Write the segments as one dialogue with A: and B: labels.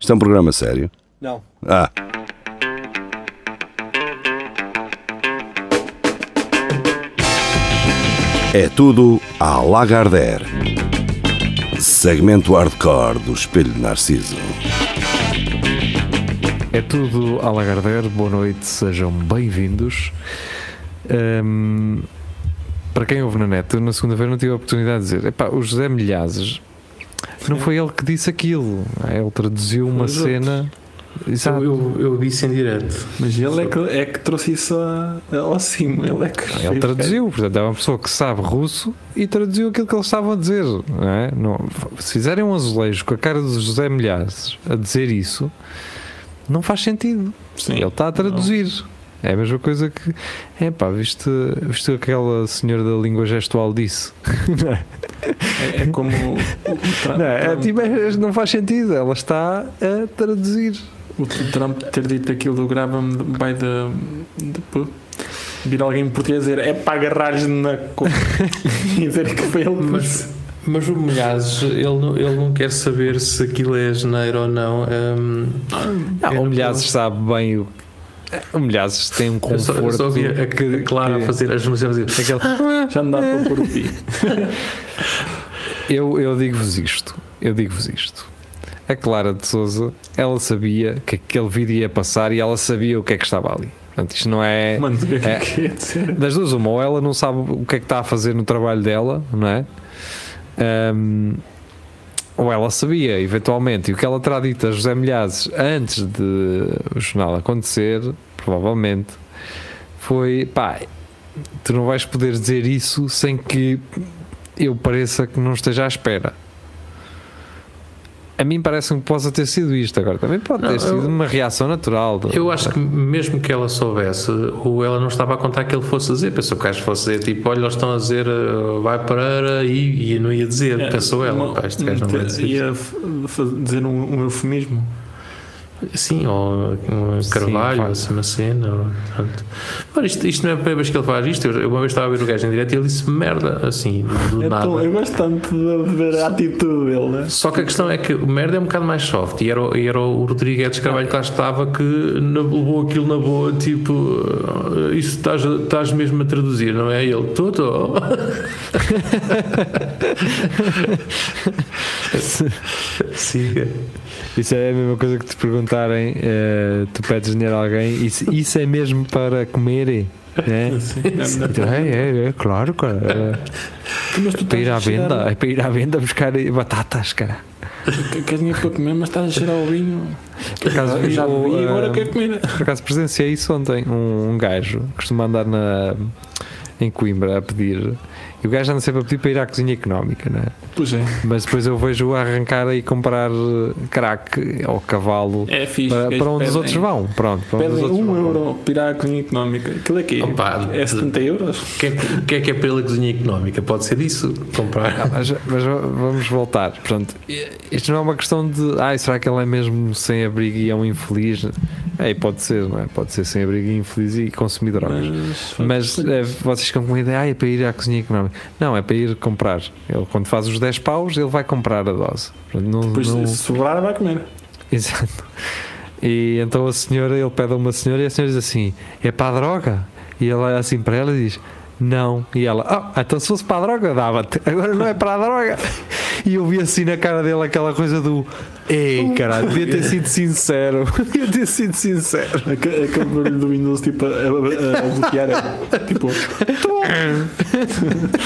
A: Isto é um programa sério.
B: Não.
A: Ah, é tudo à Lagardère. Segmento hardcore do Espelho de Narciso.
C: É tudo a Lagardère, boa noite, sejam bem-vindos. Ahm, para quem ouve na net, eu na segunda-feira não tive a oportunidade de dizer. Epá, o José Milhazes, não foi ele que disse aquilo. Ah, Ele traduziu uma
D: os
C: cena. Exato. é?
D: Eu, eu, eu disse em direto. Mas ele é que, é que trouxe isso a- ao cimo. Ele é que.
C: Ele traduziu, portanto, é uma pessoa que sabe russo e traduziu aquilo que eles estavam a dizer. Não é? Não- se fizerem um azulejo com a cara do José Milhazes a dizer isso, não faz sentido.
D: Sim.
C: Ele está a traduzir. É a mesma coisa que. É pá, viste, viste o que aquela senhora da língua gestual disse?
D: É, é como. o- O, Trump,
C: Não, é,
D: Trump-
C: tipo, é- não faz sentido. Ela está a traduzir.
D: o Trump ter dito aquilo do grava-me by the. the p. Vir alguém por português dizer é para agarrar-lhes na co-" e dizer que foi ele que disse.
E: Mas o Milhazes, ele não, ele não quer saber se aquilo é janeiro ou não. hum,
C: Não, Ah, o Milhazes sabe bem o. O Milhazes tem um
E: eu só,
C: conforto.
E: eu só vi a,
C: que- é.
E: a Clara
C: que-
E: a fazer as jornalistas dizer.
C: aquele-
D: Já não dá para pôr o pi.
C: Eu, eu digo-vos isto. Eu digo-vos isto. A Clara de Souza, ela sabia que aquele vídeo ia passar e ela sabia o que é que estava ali. Portanto, isto não é.
D: Mano, o que é
C: É.
D: que é dizer?
C: Das duas, uma, ou ela não sabe o que é que está a fazer no trabalho dela, não é? Ahm, ou ela sabia, eventualmente, e o que ela terá dito a José Milhazes antes de o jornal acontecer, provavelmente, foi: pá, tu não vais poder dizer isso sem que eu pareça que não esteja à espera. A mim parece-me que possa ter sido isto agora. Também pode
E: Não,
C: ter sido
E: eu-
C: uma reação natural. do-
E: Eu acho que mesmo que ela soubesse, ou ela não estava a contar que ele fosse dizer, pensou que o gajo fosse dizer tipo, olha, eles estão a dizer eh, vai parar aí e não ia dizer, pensou
D: É,
E: ela,
D: Uma-
E: pá, este gajo não vai dizer. isto."
D: Ia f- f- dizer um, um eufemismo.
E: Sim, ou um Carvalho,
C: claro.
E: ou assim, uma cena. Ou, portanto. Mas isto, isto não é a primeira vez que ele faz isto. Eu uma vez estava a ver o gajo em direto e ele disse merda, assim, do
D: É
E: nada.
D: tão- eu gosto tanto de ver a atitude dele, né?
E: Só que a questão é que o merda é um bocado mais soft e era, o- e era o Rodrigues Carvalho que lá estava que na- levou aquilo na boa, tipo, "Ah, isso estás, a- estás mesmo a traduzir, não é? E Ele, estou, estou. Siga.
C: Isso é a mesma coisa que te perguntarem, eh, tu pedes dinheiro a alguém, isso, isso é mesmo para comer? Né? Então, é, é, é, claro,
D: Então,
C: cara.
D: Mas tu
C: É para ir à
D: estás a cheirar-
C: venda, é para ir à venda buscar batatas, cara.
D: Que- Queres dinheiro para comer, mas estás a cheirar o vinho.
C: Por acaso,
D: Eu já
C: eu,
D: bebi e agora
C: eh,
D: quer comer.
C: Por acaso presenciei isso ontem. Um, um gajo que costuma andar na, em Coimbra a pedir. E o gajo anda sempre a pedir para ir à cozinha económica, né?
D: Pois é.
C: Mas depois eu vejo-o a arrancar e comprar eh, crack ou cavalo
D: É fixe.
C: para,
D: que
C: para onde os
D: pedem-
C: outros vão. Pronto, para onde os
D: Pedem
C: outros
D: 1 um
C: vão.
D: euro para ir à cozinha económica. Aquilo é que
E: Opa,
D: é 70 euros.
E: O que, é, que- o que é que é pela cozinha económica? Pode ser isso? Comprar.
C: Ah, Mas, mas vamos voltar. Portanto, isto não é uma questão de ai, será que ele é mesmo sem abrigo e é um infeliz? É, e pode ser, não é? Pode ser sem abrigo e infeliz e consumir drogas.
D: Mas,
C: Mas eh, vocês ficam com uma ideia, ah, é para ir à cozinha económica. Não, é para ir comprar. Ele, quando faz os 10 paus, ele vai comprar a dose. Portanto, não-
D: depois,
C: não-
D: se sobrar, vai comer.
C: Exato. E então a senhora, ele pede a uma senhora e a senhora diz assim: é para a droga? E ela olha assim para ela e diz: não. E ela: ah, então se fosse para a droga, dava-te. Agora não é para a droga. E eu vi assim na cara dele aquela coisa do: ei, caralho, devia ter sido sincero. Devia ter sido sincero.
D: Aque- Aquele barulho do Windows tipo a, a- a- a bloquear. é, tipo,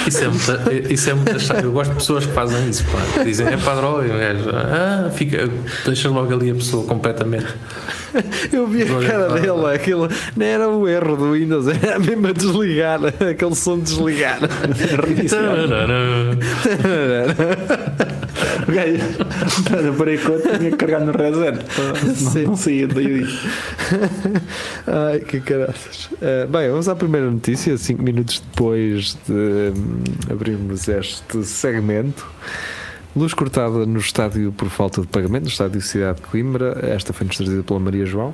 E: Isso é muito, isso é muito chato. Eu gosto de pessoas que fazem isso. Pá. Dizem é para a droga. e o gajo, Ah, fica, deixa logo ali a pessoa completamente.
C: Eu vi a
E: Droga,
C: cara
E: droga.
C: dele, aquilo não era o erro do Windows, era mesmo a desligar, aquele som de desligar. é
E: Tararara.
C: Então,
D: o gajo, olha, parei conta, tinha que carregar no reset. Não, não saía daí.
C: Ai, que caraças. Eh, bem, vamos à primeira notícia, 5 minutos depois de hum, abrirmos este segmento. Luz cortada no estádio por falta de pagamento, no estádio Cidade de Coimbra. Esta foi-nos trazida pela Maria João.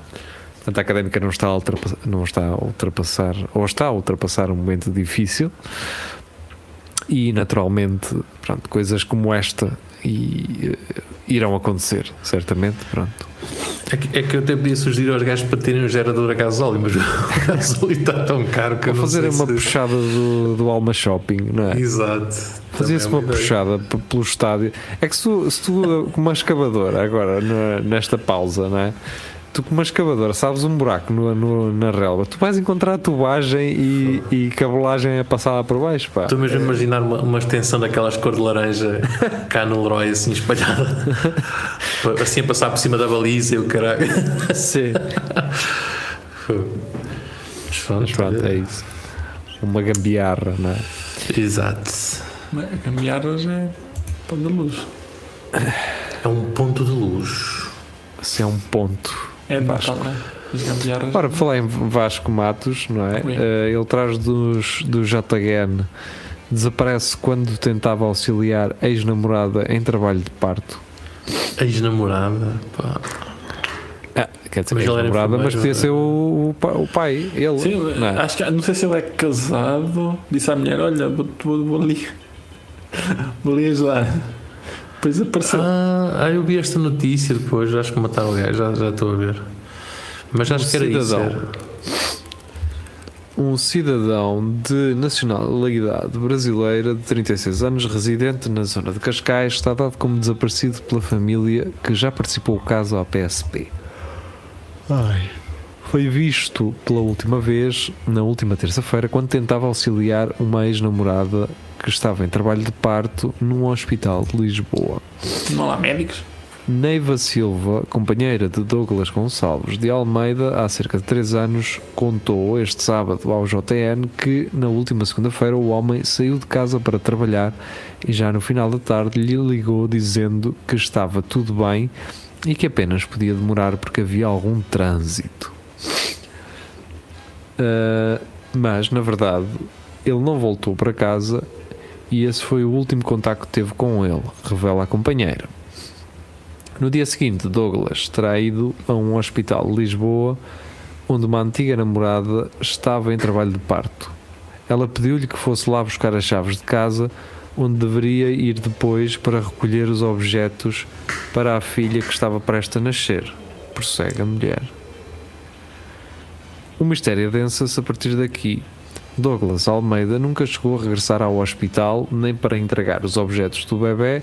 C: Portanto, a académica não está a ultrapassar, não está a ultrapassar ou está a ultrapassar um momento difícil. E, naturalmente, pronto, coisas como esta e eh, irão acontecer, certamente. Pronto.
E: É que, é que eu até podia sugerir aos gajos para terem um gerador a gasóleo, mas o gasóleo está tão caro que eu
C: Ou
E: não
C: fazerem
E: sei
C: uma
E: se...
C: puxada do, do Alma Shopping, não é?
E: Exato.
C: Fazia-se
E: Também
C: uma
E: é ideia.
C: puxada p- pelo estádio. É que se tu, se tu, eh, com uma escavadora, agora na- nesta pausa, não é? Tu com uma escavadora sabes um buraco no, no- na relva, tu vais encontrar tubagem e, e cabelagem a passar lá por baixo, pá.
E: Estou mesmo a imaginar uma, uma extensão daquelas cor de laranja cá no Leroy, assim espalhada, assim a passar por cima da baliza e o caralho.
C: Sim.
E: Mas pronto,
C: Mas pronto, é isso. Uma gambiarra, não é?
E: Exato.
D: Mas Gambiarras é pão de luz.
E: É um ponto de luz.
C: Se é um ponto.
D: É de Natal, não é? As gambiarras.
C: Ora, por falar em Vasco Matos, não é?
D: Ui.
C: Eh, ele traz dos, do JGN. Desaparece quando tentava auxiliar ex-namorada em trabalho de parto.
E: Ex-namorada. pá.
C: Ah, quer dizer,
E: Mas
C: mas
E: ele era
C: namorada, mas
E: enfermeiro,
C: podia ser
E: não
C: o, o pa- o pai, ele.
D: Sim,
C: não é?
D: acho que, não sei se ele é casado. Disse à mulher: Olha, vou, vou, vou ali. Vou ali ajudar. Depois apareceu.
E: Ah, ah, eu vi esta notícia depois, acho que mataram o gajo, já, já estou a ver. Mas acho
C: Um
E: que era isso.
C: cidadão.
E: era.
C: Um cidadão de nacionalidade brasileira de 36 anos, residente na zona de Cascais, está dado como desaparecido pela família que já participou o caso à PSP. Foi visto pela última vez na última terça-feira quando tentava auxiliar uma ex-namorada que estava em trabalho de parto num hospital de Lisboa.
D: Não há lá médicos.
C: Neiva Silva, companheira de Douglas Gonçalves de Almeida, há cerca de 3 anos, contou este sábado ao JTN que, na última segunda-feira, o homem saiu de casa para trabalhar e já no final da tarde lhe ligou dizendo que estava tudo bem e que apenas podia demorar porque havia algum trânsito. Ah, mas, na verdade, ele não voltou para casa e esse foi o último contacto que teve com ele, revela a companheira. No dia seguinte, Douglas terá ido a um hospital de Lisboa onde uma antiga namorada estava em trabalho de parto. Ela pediu-lhe que fosse lá buscar as chaves de casa, onde deveria ir depois para recolher os objetos para a filha que estava prestes a nascer. Prossegue a mulher. O mistério adensa-se a partir daqui. Douglas Almeida nunca chegou a regressar ao hospital nem para entregar os objetos do bebê,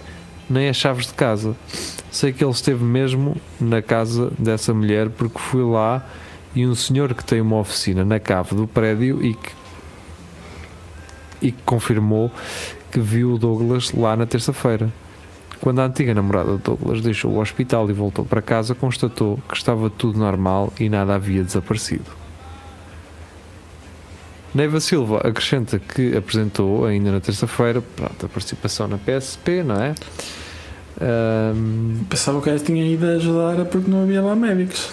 C: nem as chaves de casa. Sei que ele esteve mesmo na casa dessa mulher porque fui lá e um senhor que tem uma oficina na cave do prédio e que, e que confirmou que viu o Douglas lá na terça-feira. Quando a antiga namorada de Douglas deixou o hospital e voltou para casa, constatou que estava tudo normal e nada havia desaparecido. Neiva Silva acrescenta que apresentou ainda na terça-feira pronto, a participação na PSP, não é? Ahm,
D: Pensava que o gajo tinha ido ajudar era porque não havia lá médicos.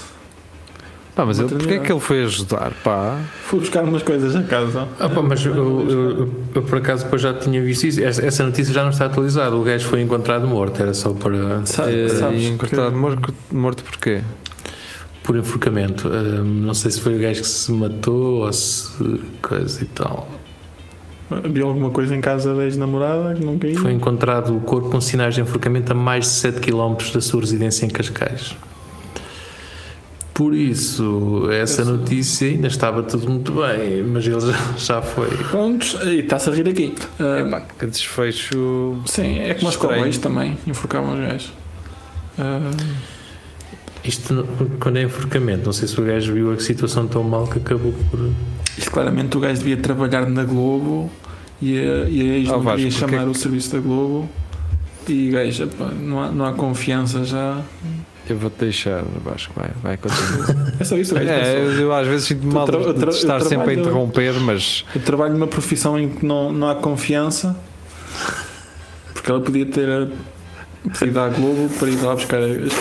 C: Pá, mas
D: Uma
C: ele, porque é
D: tragédia.
C: que ele foi ajudar? Pá,
D: Fui buscar umas coisas a casa.
E: Ah, pá, mas eu, eu- eu, por acaso depois já tinha visto isso. Essa, essa notícia já não está atualizada. O gajo foi encontrado morto, era só para.
D: Sabe-
C: Eh,
D: sabes
C: e encontrado
D: que-
C: morto, morto porquê?
E: por enforcamento. Hum, não sei se foi o gajo que se matou ou se coisa e tal.
D: Havia alguma coisa em casa da ex-namorada que não caiu?
E: Foi encontrado o corpo com sinais de enforcamento a mais de 7 km da sua residência em Cascais. Por isso, essa notícia ainda estava tudo muito bem, mas ele já, já foi.
D: Prontos, e está-se a rir aqui. Ah,
C: Epá, que desfecho.
D: sim, é como os
C: estranho.
D: cowboys também, enforcavam os gajos. Ah,
E: Isto não- quando é enforcamento, não sei se o gajo viu a situação tão mal que acabou por.
D: isto claramente o gajo devia trabalhar na Globo e a, e a ex
C: Ah,
D: não
C: Vasco,
D: queria
C: porque
D: chamar
C: é
D: o serviço da Globo. E gajo, epá, não há, não há confiança já.
C: Eu vou te deixar, Vasco, vai, vai continuar.
D: É só isso o gajo
C: é,
D: pensou.
C: eu, eu às vezes sinto mal
D: tra- eu
C: de,
D: tra-
C: de estar
D: eu
C: sempre a
D: trabalho-
C: interromper, mas
D: Eu trabalho numa profissão em que não, não há confiança, porque ela podia ter pedido à Globo para ir lá buscar as coisas,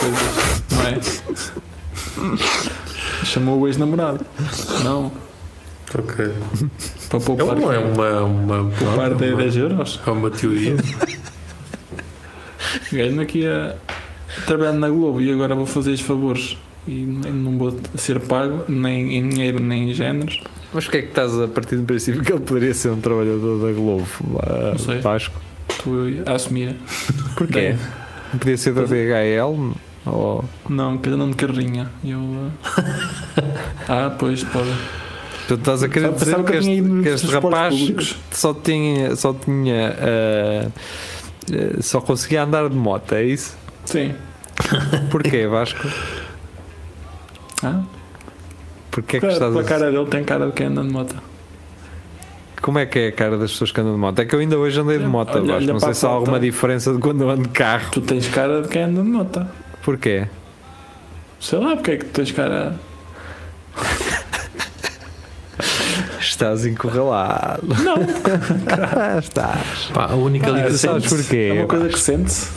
D: não é? Chamou o ex-namorado. Não,
E: Porque
D: para
E: é
D: poupar,
E: uma, é
C: um
E: uma, uma,
D: poupar
E: pronto,
D: 10,
E: uma,
D: 10 euros.
E: é uma teoria.
D: Ganho aqui é a trabalhar na Globo e agora vou fazer os favores. E nem- não vou ser pago, nem em dinheiro, nem em géneros.
C: mas porque é que estás a partir do princípio que ele poderia ser um trabalhador da Globo,
D: Não sei.
C: Vasco? é.
D: Estou eu a assumir.
C: Porquê?
D: Bem,
C: Podia ser da DHL ou.
D: Não, cada nome de carrinha. Eu, ah. ah, pois, pode.
C: Portanto, estás a querer
D: Sabe-
C: dizer
D: sabe
C: que
D: eu tinha
C: este,
D: ido nos
C: que este
D: transportes
C: rapaz
D: públicos?
C: só tinha. Só, tinha ah, ah, só conseguia andar de moto, é isso?
D: Sim.
C: Porquê, Vasco?
D: Ah,
C: Porquê é que
D: pela,
C: estás
D: pela
C: a...
D: cara dele tem cara de quem anda de moto.
C: Como é que é a cara das pessoas que andam de moto? É que eu ainda hoje andei de moto,
D: Olha-
C: Vasco.
D: olha para
C: Não sei
D: a
C: se há
D: foto.
C: alguma diferença de quando eu ando de carro.
D: Tu tens cara de quem anda de moto.
C: Porquê?
D: Sei lá porque é que tu tens cara.
C: Estás encurralado.
D: Não,
C: Estás.
E: Pá, a única
D: Ah,
E: ligação.
C: Sabes
D: é
C: porquê?
D: uma coisa que sente-se.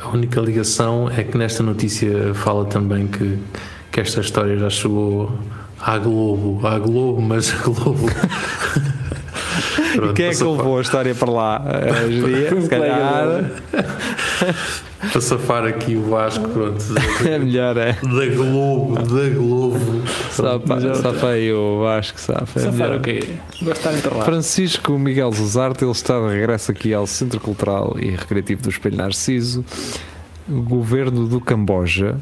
E: A única ligação é que nesta notícia fala também que, que esta história já chegou à Globo. À Globo, mas a Globo.
C: E
E: Pronto,
C: quem é que
E: passou fa-
C: levou a história para lá? eh, A geria,
D: Foi um
C: se
D: colega
C: calhar.
E: Para safar aqui o Vasco, pronto.
C: É melhor, é.
E: Da Globo, da Globo.
C: Sapa,
D: Melhor.
C: sapa aí o Vasco, sapa. é
D: Safar
C: melhor.
D: o quê? Gostar de É enterrar.
C: Francisco Miguel Zuzarte, ele está de regresso aqui ao Centro Cultural e Recreativo do Espelho Narciso, governo do Camboja.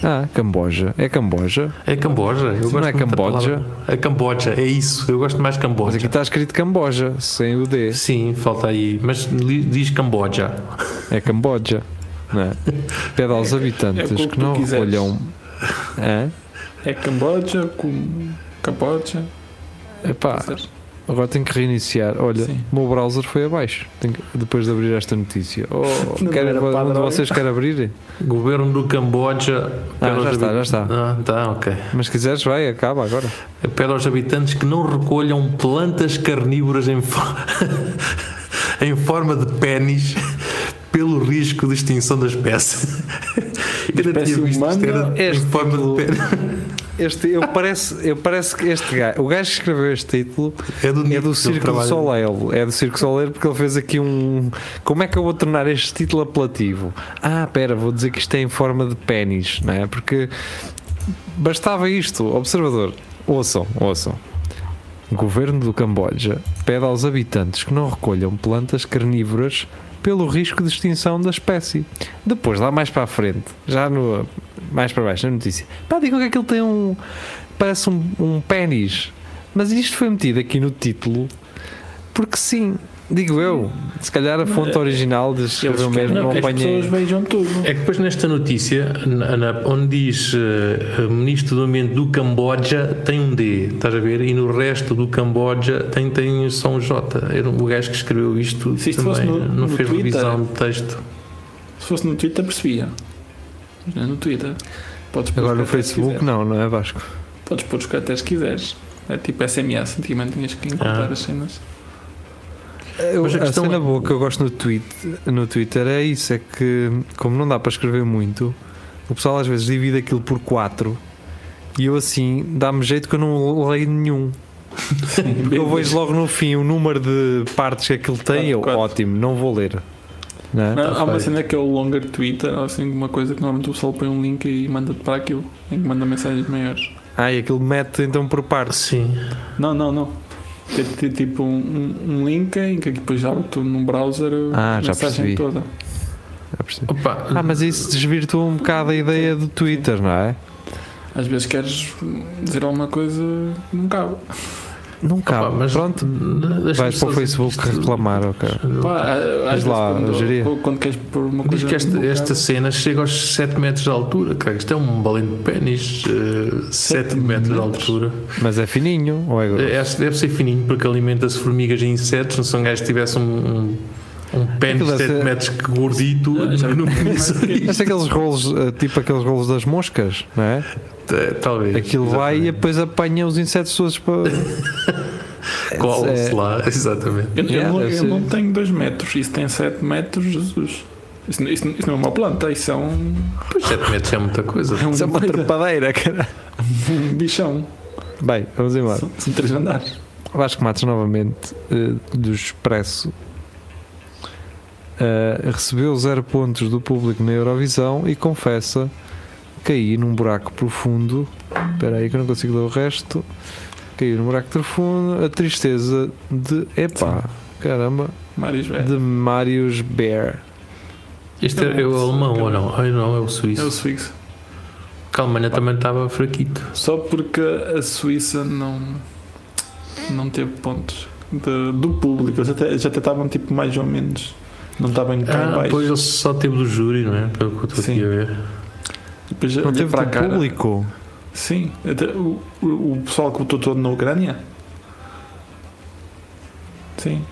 C: Ah, Camboja. É Camboja?
E: É Camboja. Eu
C: Isso não
E: gosto
C: é
E: muito da
C: Camboja?
E: palavra. É Camboja, é isso. Eu gosto mais de
C: Mas
E: Camboja.
C: aqui está escrito Camboja, sem o D.
E: Sim, falta aí. Mas li- diz Camboja.
C: É Camboja. Não é? Pede aos habitantes
D: é com o
C: que,
D: que
C: não
D: tu quiseres.
C: recolham. Hã?
D: É Camboja com Camboja. é
C: Epá, agora tenho que reiniciar. Olha,
D: Sim.
C: o meu browser foi abaixo. Tenho que- depois de abrir esta notícia. Oh,
D: Não
C: quer,
D: era para
C: um de
D: droga.
C: vocês quer abrir?
E: Governo do Camboja.
C: Ah,
E: pede aos
C: já está,
E: habit-
C: já está.
E: Ah, tá, ok.
C: Mas se quiseres, vai, acaba agora.
E: Pede aos habitantes que não recolham plantas carnívoras em, fo- em forma de pênis pelo risco de extinção da espécie. Eu não
D: espécie
E: tinha visto isto,
D: humana?
E: era em
C: Este
E: forma
C: título-
E: de pênis.
C: Este, eu parece, eu parece que este gajo, o gajo que escreveu este título
E: É do,
C: é
E: Nico,
C: do Circo do
E: trabalho.
C: Soleil. É do Circo do Soleil porque ele fez aqui um. Como é que eu vou tornar este título apelativo? Ah, pera, vou dizer que isto é em forma de pênis, não é? Porque bastava isto, observador. Ouçam, ouçam. Governo do Camboja pede aos habitantes que não recolham plantas carnívoras pelo risco de extinção da espécie. Depois, lá mais para a frente, já no, mais para baixo na notícia, pá, digam que aquilo tem um. parece um, um pênis. Mas isto foi metido aqui no título porque sim, digo eu. Se calhar a fonte original de escrever
E: eles
C: mesmo
E: querem-
C: não
D: Não, é as
C: apanhei.
D: pessoas beijam tudo.
E: É que depois nesta notícia, na- na- onde diz eh, Ministro do Ambiente do Camboja, tem um D, estás a ver? E no resto do Camboja tem, tem só um J. Era o gajo que escreveu isto
D: Se isto
E: também,
D: fosse no-
E: não
D: no
E: fez
D: Twitter.
E: revisão de texto.
D: Se fosse no Twitter, percebia. Mas não é no Twitter. Podes pôr
C: Agora
D: os
C: no
D: caracteres
C: Facebook
D: que
C: não, não é Vasco?
D: quiseres. Podes pôr os caracteres que quiseres. É tipo SMS, antigamente tinhas que
C: Ah.
D: encontrar as cenas.
C: Eu,
E: Mas a
C: a,
E: questão
C: cena
E: é-
C: boa que eu gosto no, tweet, no Twitter é isso: é que, como não dá para escrever muito, o pessoal às vezes divide aquilo por 4 e eu assim dá-me jeito que eu não leio nenhum. Porque eu vejo logo no fim o número de partes que aquilo tem, e eu,
D: Quatro.
C: ótimo, não vou ler. Não é?
D: Não,
E: tá
D: há uma
E: feito.
D: cena que é o longer Twitter, ou assim, uma coisa que normalmente o pessoal põe um link e manda-te para aquilo, em que manda mensagens maiores.
C: Ah, e aquilo mete então por partes.
E: Sim.
D: Não, não, não. Tem que ter tipo um, um- um link em que depois abre tu num browser
C: Ah,
D: a
C: já percebi.
D: mensagem toda.
C: Já percebi.
E: Opa,
C: Ah, mas isso desvirtua um bocado a ideia do Twitter, não é?
D: Às vezes queres dizer alguma coisa que não cabe.
C: Não
E: opa,
C: cabe.
E: mas
C: Pronto, vais para o Facebook reclamar, ok.
D: Pá, às
C: Diz
D: vezes
C: lá, geria.
D: quando, quando queres pôr uma
E: Diz
D: coisa.
E: que esta,
D: no lugar,
E: esta cena chega aos 7 metros de altura, cara. Isto é um valente pênis, 7
D: Sete
E: metros de
D: metros?
E: altura.
C: Mas é fininho ou é grosso?
E: É, acho que deve ser fininho porque alimenta-se formigas e insetos. Não são gajos que tivessem um, um, um pênis
C: Aquilo
E: de
C: deve
E: 7
C: ser-
E: metros que gordito.
D: Ah, já
E: não conheço
C: Deve ser aqueles rolos, eh, tipo aqueles rolos das moscas, não é?
E: isto. Talvez.
C: Aquilo vai e depois apanha os insetos todos para.
E: Cola-se
C: É-
E: lá, exatamente.
D: Eu, eu
C: Yeah,
D: não,
C: deve
D: eu
C: ser.
D: não tenho 2 metros, isso tem 7 metros, Jesus. Isso, não- isso não- isso não é uma planta, isso é um,
E: 7 metros é muita coisa.
D: é um,
C: Isso é uma
D: coisa,
C: trepadeira, cara.
D: um bichão.
C: Bem, vamos embora.
D: São, são três andares.
C: Vasco Matos novamente eh, do Expresso eh, recebeu zero pontos do público na Eurovisão e confessa caí num buraco profundo. Espera aí que eu não consigo ler o resto. Caí num buraco profundo. A tristeza de epá, caramba,
D: Mários velho.
C: de Marius Bear.
E: Este é, é o alemão ou não? Ai, não, é o
D: É o
E: suíço.
D: Suíço.
E: Que a Alemanha também estava fraquito.
D: Só porque a Suíça não, não teve pontos de- do público. Eles até, já até estavam tipo mais ou menos. Não estavam em cá em
E: Ah,
D: baixo.
E: pois ele só teve do júri, não é? Pelo que eu estou aqui
D: Então, Sim.
E: a ver.
D: Depois
C: Não
D: olhei
C: teve
D: para a cara.
C: público.
D: Sim. até o, o- o pessoal que votou todo na Ucrânia. Sim.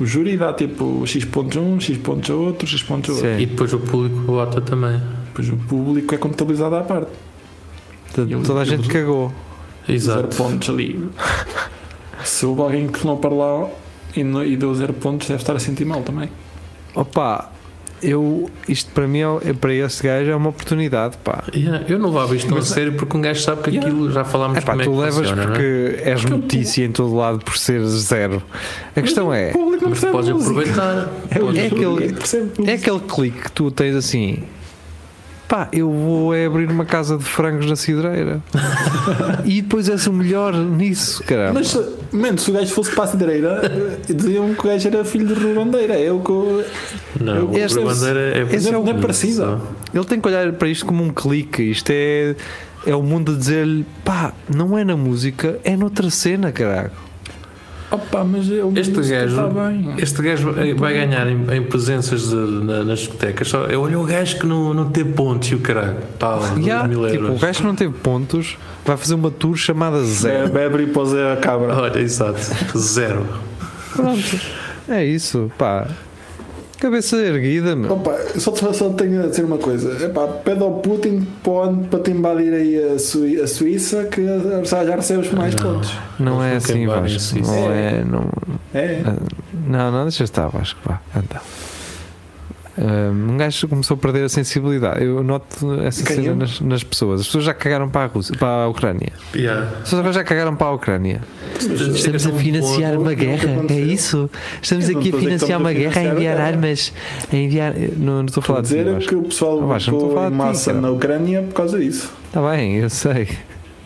D: O júri dá tipo X pontos a um, X pontos a outro, X pontos a outro.
E: E
C: Sim.
E: depois o público vota também.
D: Depois o público é contabilizado à parte.
C: Portanto,
D: eu-
C: toda a
D: eu-
C: gente cagou.
E: Exato.
D: Zero pontos ali. Se houve alguém que não para lá e, não- e deu zero pontos, deve estar a sentir mal também.
C: Opa, eu, isto para mim, é, para este gajo, é uma oportunidade, pá.
E: Yeah, eu não levava isto tão a
D: Mas-
E: sério porque um gajo sabe que
D: Yeah.
E: aquilo já falámos
C: É pá,
E: como é
C: tu
E: que
C: levas
E: funciona, não é?
C: porque és
D: Porque o
C: notícia em todo lado por seres zero. A questão é.
D: O público não
E: Mas tu
D: percebe
E: podes
D: música.
E: aproveitar.
D: É o
E: podes-
C: é aquele-
D: público que percebe
C: É
D: música.
C: aquele clique que tu tens assim. Pá, eu vou é abrir uma casa de frangos na cidreira. e depois és o melhor nisso, caramba.
D: Mas, mano, se o gajo fosse para a cidreira, eh, diziam que o gajo era filho de Rui Bandeira. É o que eu-
E: Não, o
C: Este-
E: Rui Bandeira é,
C: esse é o-
D: não é parecido.
C: Ele tem que olhar para isto como um clique. Isto é. É o mundo a dizer-lhe, pá, não é na música, é noutra cena, caralho.
D: Opa, mas é o
E: Este
D: músico
E: gajo-
D: Está bem.
E: Este gajo vai- vai ganhar em, em presenças de- na- nas discotecas. Só, eu olho o gajo que não, não teve pontos e o caralho. Tal,
C: E há,
E: 2000
C: tipo, o
E: euros.
C: gajo não teve pontos, vai fazer uma tour chamada
D: É,
C: Zero.
D: Bebre e pôs a cabra.
E: Olha, exato. Zero.
C: Pronto. É isso, pá. Cabeça erguida, meu.
B: Opa, só, te- só tenho a dizer uma coisa. Epá, pede ao Putin para, onde- para te invadir aí a, Sui- a Suíça que já, já recebes
C: Ah.
B: mais pontos.
C: Não é
E: Eles não
C: assim,
E: querem barem
C: Vasco.
E: isso,
C: Não
B: isso.
C: é, não,
B: É.
C: Ah, Não, não, deixa estar, Vasco, vá, anda. Um, um gajo começou a perder a sensibilidade. Eu noto essa
B: Quem
C: cena
B: eu?
C: nas, nas pessoas. As pessoas já cagaram para a, Rússia, para a Ucrânia.
E: Yeah.
C: As pessoas agora já cagaram para a Ucrânia.
E: Chegas
F: Estamos
E: a
F: a
E: um
F: financiar
B: ponto,
F: uma guerra, é
B: aconteceu.
F: isso? Estamos
B: um Eu não estou a dizer
F: aqui a
B: que
F: financiar
B: estamos a
F: uma guerra, a
B: financiar a
F: enviar
B: guerra.
F: armas, a enviar.
C: Não, não estou a falar de
B: dizer
C: ti,
B: é
C: Vasco.
B: que o pessoal
C: Ah, Vasco, não estou a
B: votou
C: falar
B: em
C: de ti,
B: massa
C: cara.
B: na Ucrânia por causa disso.
C: Está Tá bem, eu sei.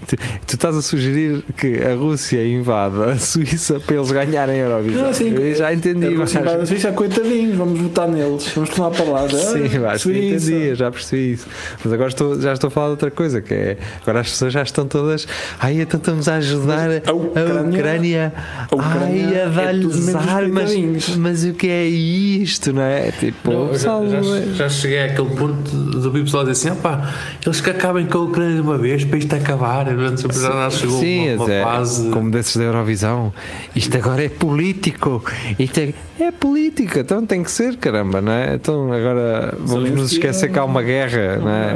C: Tu, tu estás a sugerir que a Rússia invada a Suíça para eles ganharem a Eurovisão.
B: Não, sim.
C: eu já
F: É
C: entendi,
B: Eles
C: Vasco.
B: invadem a Suíça, coitadinhos, vamos votar neles, vamos tornar para lá.
C: Sim,
B: Ah,
C: Vasco,
B: Suíça.
C: entendi, eu já percebi isso. Mas agora estou- já estou a falar de outra coisa, que é agora as pessoas já estão todas. Ai, então estamos a ajudar
B: Mas
F: A
B: a Ucrânia-
F: Ucrânia,
B: A Ucrânia
F: ai, a
B: é tudo
F: dar-lhes
B: menos
F: armas.
B: coitadinhos.
F: Mas o que é isto?
C: isto, não é? Tipo,
E: Não, eu já,
C: pessoal,
E: já-
C: é-
E: já cheguei àquele ponto de ouvir pessoal dizer assim: opá, eles que acabem com a Ucrânia de uma vez para isto acabar. Portanto, Já chegou
C: Sim,
E: uma, uma
C: é,
E: fase.
C: como desses da Eurovisão. Isto agora é político. Isto é, é política, então tem que ser, caramba, não é? Então agora vamos nos
D: Zelensky
C: esquecer
D: é-
C: que há
B: um-
C: uma guerra, não é?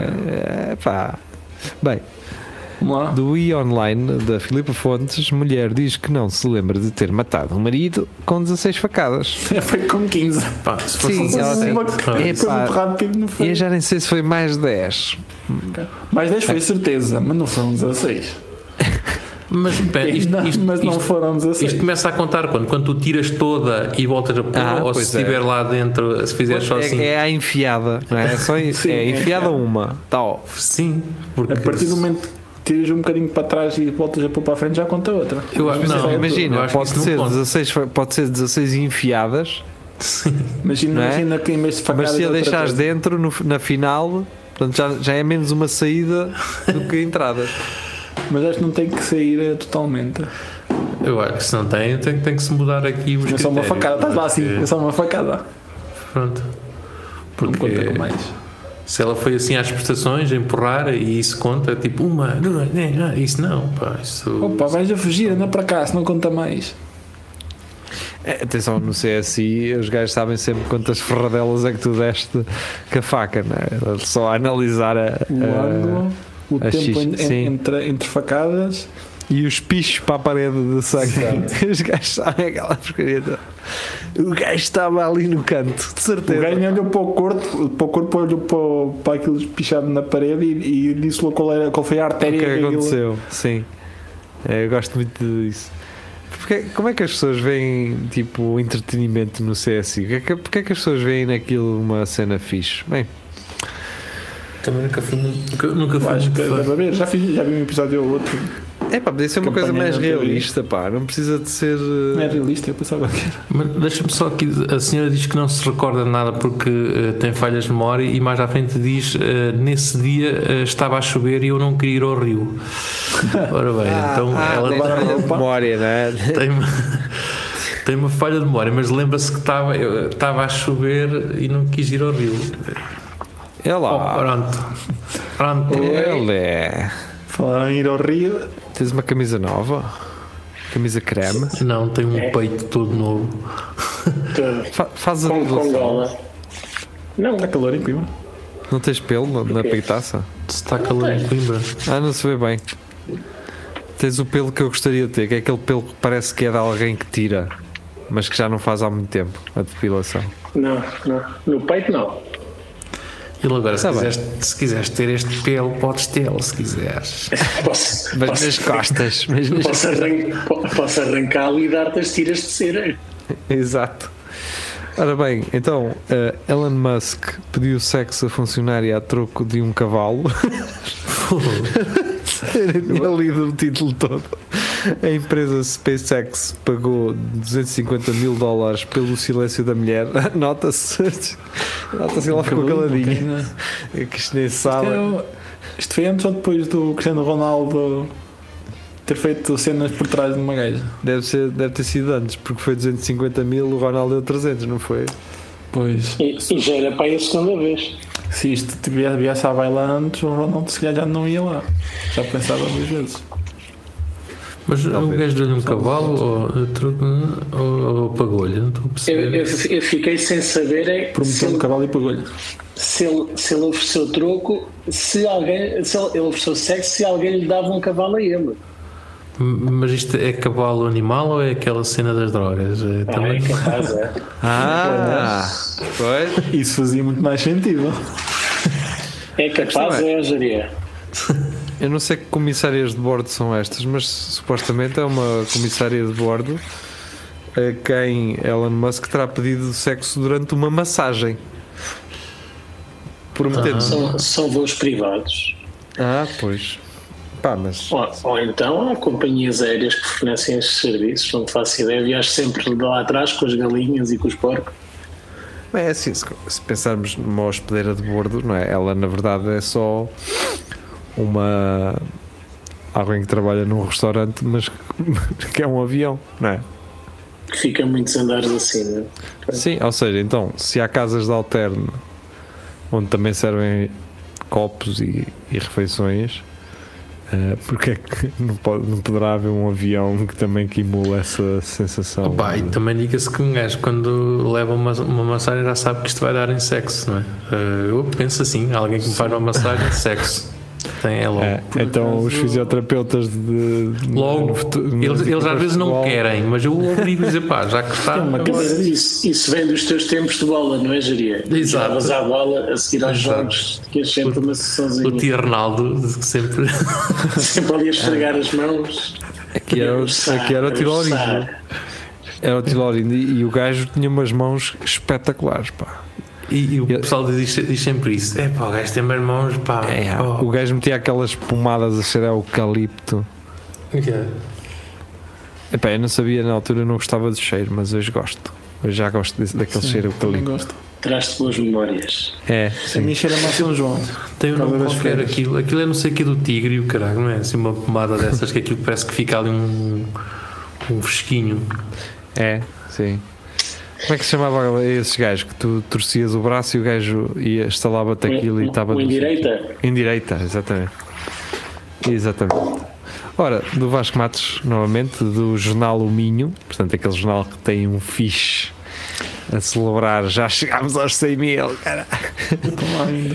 C: É, pá. Bem,
D: Vamos lá.
C: do i online da Filipa Fontes, mulher diz que não se lembra de ter matado o marido com 16 facadas.
B: Foi com 15.
E: Pá, se fosse
C: Sim, ela tem-
B: Uma,
E: Ah,
B: foi
C: Epá.
B: muito rápido, não
C: E eu
B: foi?
C: já nem sei se foi mais 10.
B: Mais 10 foi certeza, mas não foram 16.
E: Mas
C: É,
E: espera, isto,
B: Não,
E: isto,
B: mas não
E: isto-
B: foram 16.
C: assim.
E: isto começa a contar quando? Quando tu tiras toda e voltas a pôr,
C: Ah,
E: ou se
C: pois é.
E: estiver lá dentro, se fizeres só assim.
C: É, é a enfiada, não é? É Só,
B: Sim,
C: é
B: é
C: enfiada uma. Tá, Tal.
E: Sim, porque
B: A partir do momento que tiras um bocadinho para trás e voltas a pôr para a frente, já conta outra.
E: Eu acho- não,
B: Mas- é
E: eu
C: Imagina,
E: acho que
C: pode
E: isso não
C: ser,
E: conta.
C: 16, fa- pode ser 16 enfiadas.
B: Imagina,
C: Não é?
B: imagina que em vez de facadas é
C: Mas se a
B: outra
C: deixares
B: coisa.
C: dentro, no- na final, portanto, já, já é menos uma saída do que entrada.
B: Mas acho que não tem que sair eh, totalmente.
E: eu acho que se não tem, tem, tem que se mudar aqui os
B: É só uma
E: critérios,
B: facada, estás lá assim,
E: porque-
B: é só uma facada.
E: Pronto.
B: Não conta com
E: Porque
B: mais.
E: se ela foi assim às prestações, a empurrar e isso conta, tipo uma, duas, né, não, isso não, pá, isso.
B: Opa, vais a fugir, anda para cá, se não conta mais.
C: É, atenção, no CSI, os gajos sabem sempre quantas ferradelas é que tu deste com a faca, não é? Só a analisar a,
B: O
C: a-
B: ângulo, o
C: a
B: tempo
C: xis-
B: en- en-
C: sim.
B: entre, entre facadas.
C: e os pichos para a parede de sangue. Os gajos sabem aquela porcaria. toda. O gajo estava ali no canto,
B: O
C: de certeza.
B: gajo nem olhou para o corpo, para o corpo olhou para, o- para aquilo pichado na parede e, e disse logo qual, era, qual foi a
C: o que
B: artéria
C: é que
B: aquilo-
C: aconteceu, sim. É, Eu gosto muito disso. Porque- como é que as pessoas veem tipo entretenimento no CSI? Porquê que, porque é que as pessoas veem naquilo uma cena fixe? Bem,
E: Também nunca fui muito. Nunca, nunca fui
B: Acho que
E: muito fã.
B: deve haver, já, fiz, já vi um episódio ou outro.
C: É pá, podia ser uma
D: Campanha
C: coisa mais
D: não teve.
C: realista, pá. Não precisa de ser. eh,
D: Não é realista, eu pensava que era.
E: Mas deixa-me só aqui, a senhora diz que não se recorda de nada porque eh, tem falhas de memória e mais à frente diz eh, nesse dia eh, estava a chover e eu não queria ir ao rio. Ora bem, então
C: ah,
E: ela
C: tem falha de memória, não é?
E: tem uma, tem uma falha de memória, mas lembra-se que estava, eu- estava a chover e não quis ir ao rio.
C: É
E: Oh,
C: lá.
E: pronto. Pronto.
C: Ele é.
D: Falaram em ir ao Rio,
C: Tens uma camisa nova? Camisa creme?
E: Não, tem
G: É.
E: um peito todo novo.
C: Fa- faz a
G: Eh, Com, com
C: depilação.
G: gola. Não,
D: está calor em Coimbra.
C: Não tens pelo na- na
G: quê?
C: peitaça?
E: Se está calor em Coimbra.
C: Ah, não se vê bem. Tens o pelo que eu gostaria de ter, que é aquele pelo que parece que é de alguém que tira, mas que já não faz há muito tempo a depilação.
G: não, não. No peito não.
E: Ele agora, se
C: Está Tá bem.
E: quiseres, se quiseres ter este pelo, podes tê-lo, se quiseres.
G: Posso,
C: Mas
G: posso,
C: nas costas. Mas nas...
G: posso, arran- po- posso arrancá-lo e dar-te as tiras de cera.
C: Exato. Ora bem, então eh, Elon Musk pediu sexo a funcionária a troco de um cavalo. Tinha lido o título todo. A empresa SpaceX pagou 250 mil dólares pelo silêncio da mulher. Nota-se. Nota-se que ela ficou caladinha. É Que um isto nem sabe.
D: Eu- Então, Isto foi antes ou depois do Cristiano Ronaldo ter feito cenas por trás de uma gaja?
C: Deve, ser, deve ter sido antes, porque foi 250 mil, o Ronaldo deu 300, não foi?
D: Pois,
G: E, e já era para aí a segunda vez.
D: se isto tivesse- viesse à baila antes, o Ronaldo se calhar já não ia lá. Já pensava duas vezes.
E: Mas o gajo deu-lhe um cavalo ou, truco, ou, ou pagou-lhe, não estou a
G: Eu,
E: perceber.
G: eu- eu fiquei sem saber é se
D: Prometeu um
G: ele,
D: cavalo e pagou-lhe.
G: se, ele, se ele ofereceu troco, se alguém, se ele, ele ofereceu sexo, se alguém lhe dava um cavalo a ele.
E: M- Mas isto é cavalo animal ou é aquela cena das drogas? É, também
G: Ah, é capaz, é.
C: Ah! Pois.
D: Isso fazia muito mais sentido.
G: É capaz,
C: Está bem.
G: é, Jaria.
C: Eu não sei que comissárias de bordo são estas, mas supostamente é uma comissária de bordo a quem Elon Musk terá pedido sexo durante uma massagem. Prometendo.
G: São, são voos privados.
C: Ah, pois. Pá, mas.
G: Ou, ou então há companhias aéreas que fornecem estes serviços, não faço ideia. Viajo sempre de lá atrás com as galinhas e com os porcos.
C: É assim, se, se pensarmos numa hospedeira de bordo, não é? Ela na verdade é só uma. alguém que trabalha num restaurante, mas que, que é um avião, não é?
G: que Fica muitos andares assim, é? acima.
C: Sim, ou seja, então, se há casas de alterno onde também servem copos e, e refeições, eh, porque é que não, pode- não poderá haver um avião que também que imula essa sensação?
E: Opa, e
C: de-
E: também diga-se que um gajo quando leva uma, uma massagem já sabe que isto vai dar em sexo, não é? Eh, eu penso assim, alguém que me faz uma massagem, sexo. Tem, é logo.
C: É, então os fisioterapeutas de.
E: Logo,
C: no futu- no
E: eles, eles às vezes não
C: futebol-
E: querem, mas eu obrigo dizer, pá, já que está.
D: uma
C: Então,
G: Quer dizer, Isso, isso vem dos teus tempos de bola, não é, Jaria?
E: Exato.
G: Jogavas à bola a seguir aos
E: Exato.
G: jogos, tinhas sempre uma
E: O
G: sessãozinha.
E: tio Arnaldo, que sempre.
G: Sempre ali a esfregar as mãos.
C: Aqui era, é o- aqui era o tiro ao orindo. Era o tiro ao orindo e, e o gajo tinha umas mãos espetaculares, pá.
E: E, e o
C: Eu-
E: pessoal diz, diz sempre isso: é pá, o gajo tem bem mãos, pá.
C: O
E: pá."
C: gajo metia aquelas pomadas a cheirar eucalipto.
E: Yeah.
C: Epá, eu não sabia na altura, eu não gostava do cheiro, mas hoje gosto. Hoje já gosto desse, daquele cheiro
D: Também
C: eucalipto.
D: gosto.
G: Traz-te boas memórias.
C: É,
D: A
C: sim.
D: minha cheira mais São João.
E: Tem um
D: Por causa
E: nome
D: das
E: qualquer
D: feiras.
E: aquilo. Aquilo é não sei o que do tigre e o caralho, não é? Assim uma pomada dessas que aquilo parece que fica ali um. um fresquinho.
C: É, sim. Como é que se chamava esses gajos que tu torcias o braço e o gajo ia estalava-te aquilo e estava
G: um, um
C: no-
G: em direita.
C: Em direita, exatamente. Exatamente. Ora, do Vasco Matos, novamente, do jornal O Minho, portanto, aquele jornal que tem um fixe a celebrar, já chegámos aos 100 mil, cara.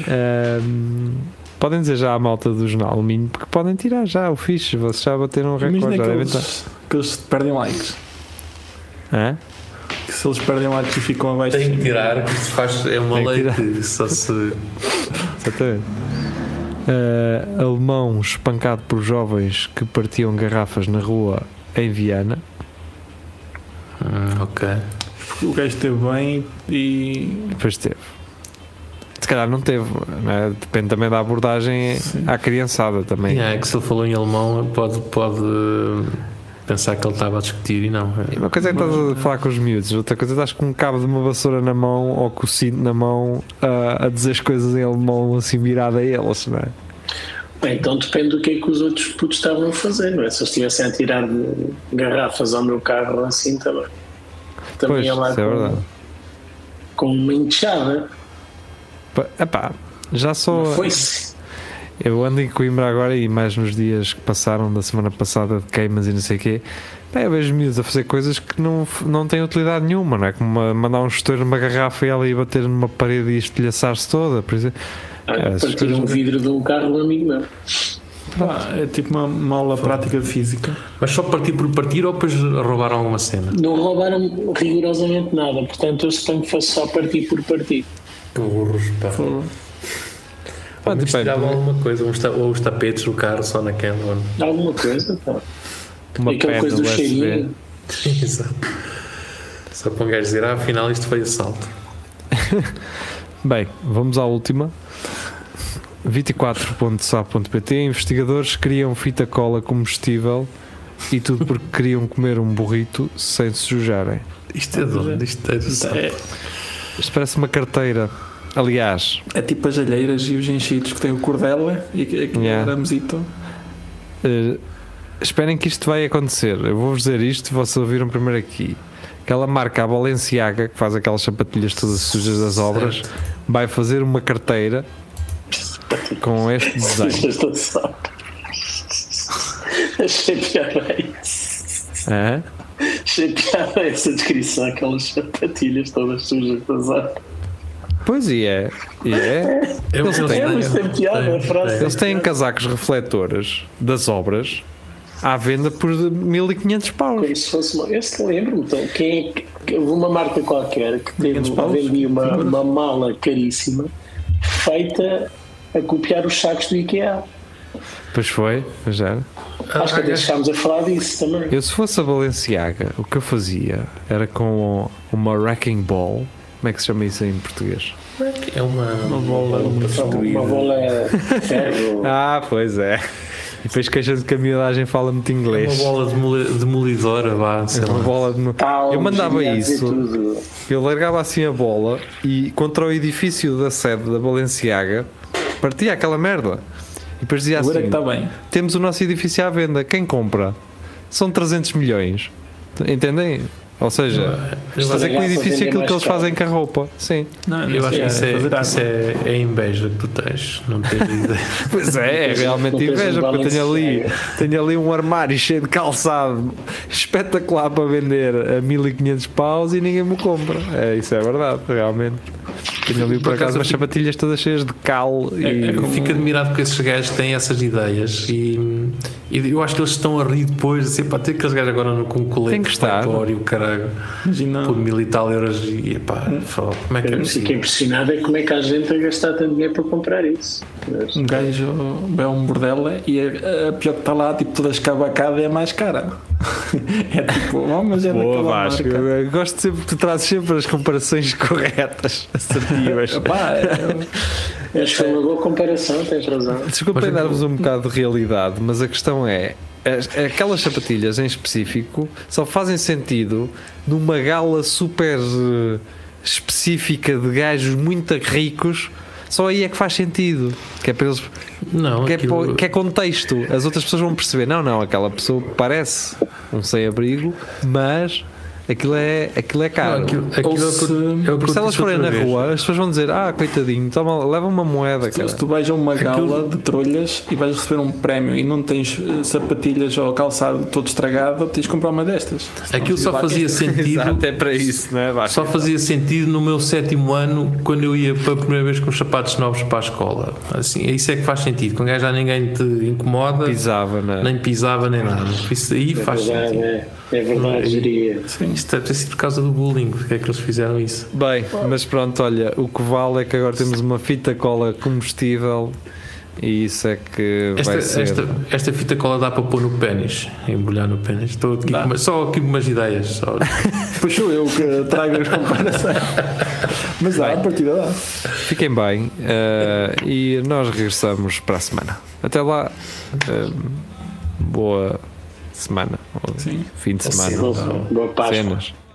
C: Ahm, podem dizer já à malta do jornal O Minho, porque podem tirar já o fixe, vocês já bateram um recorde.
D: Imagina
C: já
D: que
C: devem estar-
D: eles, que eles perdem likes.
C: Hã?
D: Que se eles perdem likes e ficam abaixo.
E: Tem que tirar, que se faz. É uma
C: Tem que
E: lei
C: tirar.
E: que só se.
C: Exatamente. Ah, alemão espancado por jovens que partiam garrafas na rua em Viana.
E: Hum, ok.
D: O gajo esteve bem e
C: Depois teve. se calhar não teve, né? depende também da abordagem à criançada também.
E: Yeah, é que se ele falou em alemão, pode, pode pensar que ele estava a discutir e não.
C: Uma coisa é que estás a falar com os miúdos, outra coisa é que estás com um cabo de uma vassoura na mão ou com o cinto na mão a, a dizer as coisas em alemão assim virada a eles, não é?
G: Bem, então depende do que é que os outros putos estavam a fazer, não é? Se eles estivessem a tirar de- garrafas ao meu carro assim também. Também
C: Pois,
G: é lá
C: isso é verdade.
G: com, com uma enxada.
C: Pa- Epá, já só.
G: Foi-se.
C: Eu ando em Coimbra agora e mais nos dias que passaram da semana passada de queimas e não sei o quê. Pá, eu vejo miúdos a fazer coisas que não, f- não têm utilidade nenhuma, não é? Como uma- mandar um gestor numa garrafa e ela ir bater numa parede e estilhaçar-se toda, por exemplo.
G: Ah,
C: essas
G: Partiram
C: coisas-
G: um vidro de um carro do amigo meu.
D: Pá, é tipo uma, uma aula prática de física.
E: Mas só partir por partir ou depois roubaram alguma cena?
G: Não roubaram rigorosamente nada, portanto eu suponho que fosse só partir por partir.
E: Que burros, pá. Ou
C: Pronto, bem,
E: misturavam alguma coisa, uns ta- ou os tapetes do carro só naquela. ou não.
G: Alguma coisa, pá.
C: uma
G: Aquela
C: pedra
G: coisa do
C: USB.
G: cheirinho.
E: Exato. Só para um gajo dizer, ah, afinal isto foi assalto.
C: Bem, vamos à última. 24.sa.pt Investigadores criam fita cola comestível e tudo porque queriam comer um burrito sem se sujarem.
E: Isto é doido, isto é do
D: Isto
E: sapo.
D: É,
C: Isto parece uma carteira. Aliás,
D: é tipo as alheiras e os enchidos que têm o cordela e que- aquele
C: Yeah.
D: ramosito.
C: eh, esperem que isto vai acontecer. Eu vou-vos dizer isto, vocês ouviram primeiro aqui. Aquela marca, a Balenciaga, que faz aquelas sapatilhas todas sujas das obras, vai fazer uma carteira com este desenho.
G: Já estou só. Achei piada isso.
C: Hã?
G: Achei piada essa descrição, aquelas sapatilhas todas sujas das artes.
C: Pois e é. E é.
E: Eu-
C: Eles
E: eu
C: têm-
E: sei,
G: Mas
E: eu
G: tem piada,
E: sei,
G: a frase.
C: Eles têm casacos refletores das obras à venda por 1500 paus.
G: Como se fosse uma. Eu se lembro-me, então, quem é que. que- Houve uma marca qualquer que teve,
D: 500 paus?
G: vendia uma, uma mala caríssima feita a copiar os sacos do IKEA.
C: Pois foi, pois era.
E: Ah,
G: Acho que até
E: ah,
G: chegámos a falar disso também.
C: Eu se fosse a Balenciaga, o que eu fazia era com uma wrecking ball. Como é que se chama isso em português?
E: É uma, uma bola
G: Então, Uma bola de ferro.
C: Ah, pois é. E depois queixas de que a miudagem fala muito
E: é Uma
C: inglês.
E: bola demoli- demolidora, vá, sei
C: É uma
E: lá.
C: bola de...
G: Tal,
C: Eu mandava
G: ia dizer
C: isso.
G: tudo.
C: Eu largava assim a bola e contra o edifício da sede da Balenciaga partia aquela merda. E depois dizia assim:
D: Agora é que está bem.
C: temos o nosso edifício à venda. Quem compra? São 300 milhões. Entendem? Ou seja,
E: Eu acho-
C: fazer com o
G: Eles
C: edifício
G: vendem
C: aquilo
G: mais
C: que eles
G: caro.
C: fazem com a roupa. Sim.
D: Não,
E: Eu acho que isso,
D: fazer tipo,
E: é,
D: arte.
E: isso é, é a inveja que tu tens, não tens ideia.
C: Pois é, é realmente
G: Não tens um
C: inveja, porque eu tenho ali, tenho ali um armário cheio de calçado espetacular para vender a 1500 paus e ninguém me compra. É, isso é verdade, realmente. Tenho ali por
E: Por
C: acaso
E: acaso,
C: umas
E: eu fico-
C: sapatilhas todas cheias de cal e.
E: É que eu fico admirado que esses gajos têm essas ideias e, e eu acho que eles estão a rir depois, assim, pá, tem aqueles gajos agora no, com um colete
C: Tem que estar.
E: e o caralho,
D: Imagina.
E: por mil e tal euros e pá, fala, como é que é
G: Eu fiquei
E: possível?
G: impressionado é como é que há gente a gastar tanto dinheiro para comprar isso. Mas-
D: Um gajo vai a um bordel e a, a pior que está lá, tipo, toda escabacada é a mais cara. é tipo, oh, mas é
C: Boa,
D: daquela
C: Vasco.
D: marca.
C: Eu gosto sempre que tu trazes sempre as comparações corretas, assertivas.
D: Epá, é-
G: Acho que foi uma boa comparação, tens razão.
E: é
C: Desculpem dar-vos um bocado de realidade, mas a questão é. as- Aquelas sapatilhas em específico só fazem sentido numa gala super eh, específica de gajos muito ricos. Só aí é que faz sentido. Que é, para eles,
E: Não,
C: que é,
E: aquilo-
C: para o- que é contexto. As outras pessoas vão perceber: não, não, aquela pessoa parece um sem-abrigo, mas aquilo é, aquilo é caro.
E: não, aquilo, aquilo
D: Ou
E: é o que eu-
D: se-
E: é o que
C: Porque
E: eu
C: se elas
E: disse
C: forem na
E: outra vez.
C: rua, as pessoas vão dizer: ah, coitadinho, toma, leva uma moeda.
D: tu-
C: Cara.
D: se tu vais a uma
E: Aquilo-
D: gala de trolhas e vais receber um prémio e não tens eh, sapatilhas ou calçado todo estragado, tens de comprar uma destas.
E: aquilo só fazia sentido
C: Até para isso, não é? Vasco?
E: Só fazia sentido no meu sétimo ano, quando eu ia pela primeira vez com os sapatos novos para a escola. Assim, isso é que faz sentido. Com gajo já ninguém te incomoda,
C: pisava é? na.
E: nem pisava, nem nada. Isso aí
G: É
E: faz
G: verdade,
E: sentido.
G: é, é verdade, diria.
E: Isto deve ter sido por causa do bullying, porque é que eles fizeram isso.
C: Bem, mas pronto, olha, o que vale é que agora temos uma fita cola comestível E isso é que
E: Esta,
C: vai ser.
E: esta, esta fita cola dá para pôr no pênis, embrulhar no pênis. Estou aqui com uma- só aqui com umas ideias. Só.
B: Pois sou eu que trago as comparações. Mas dá, a partida dá.
C: Fiquem bem eh, e nós regressamos para a semana. Até lá, eh, boa semana, ou
D: Sim.
C: fim de semana,
G: Assim, Boa, boa Páscoa.
C: cenas.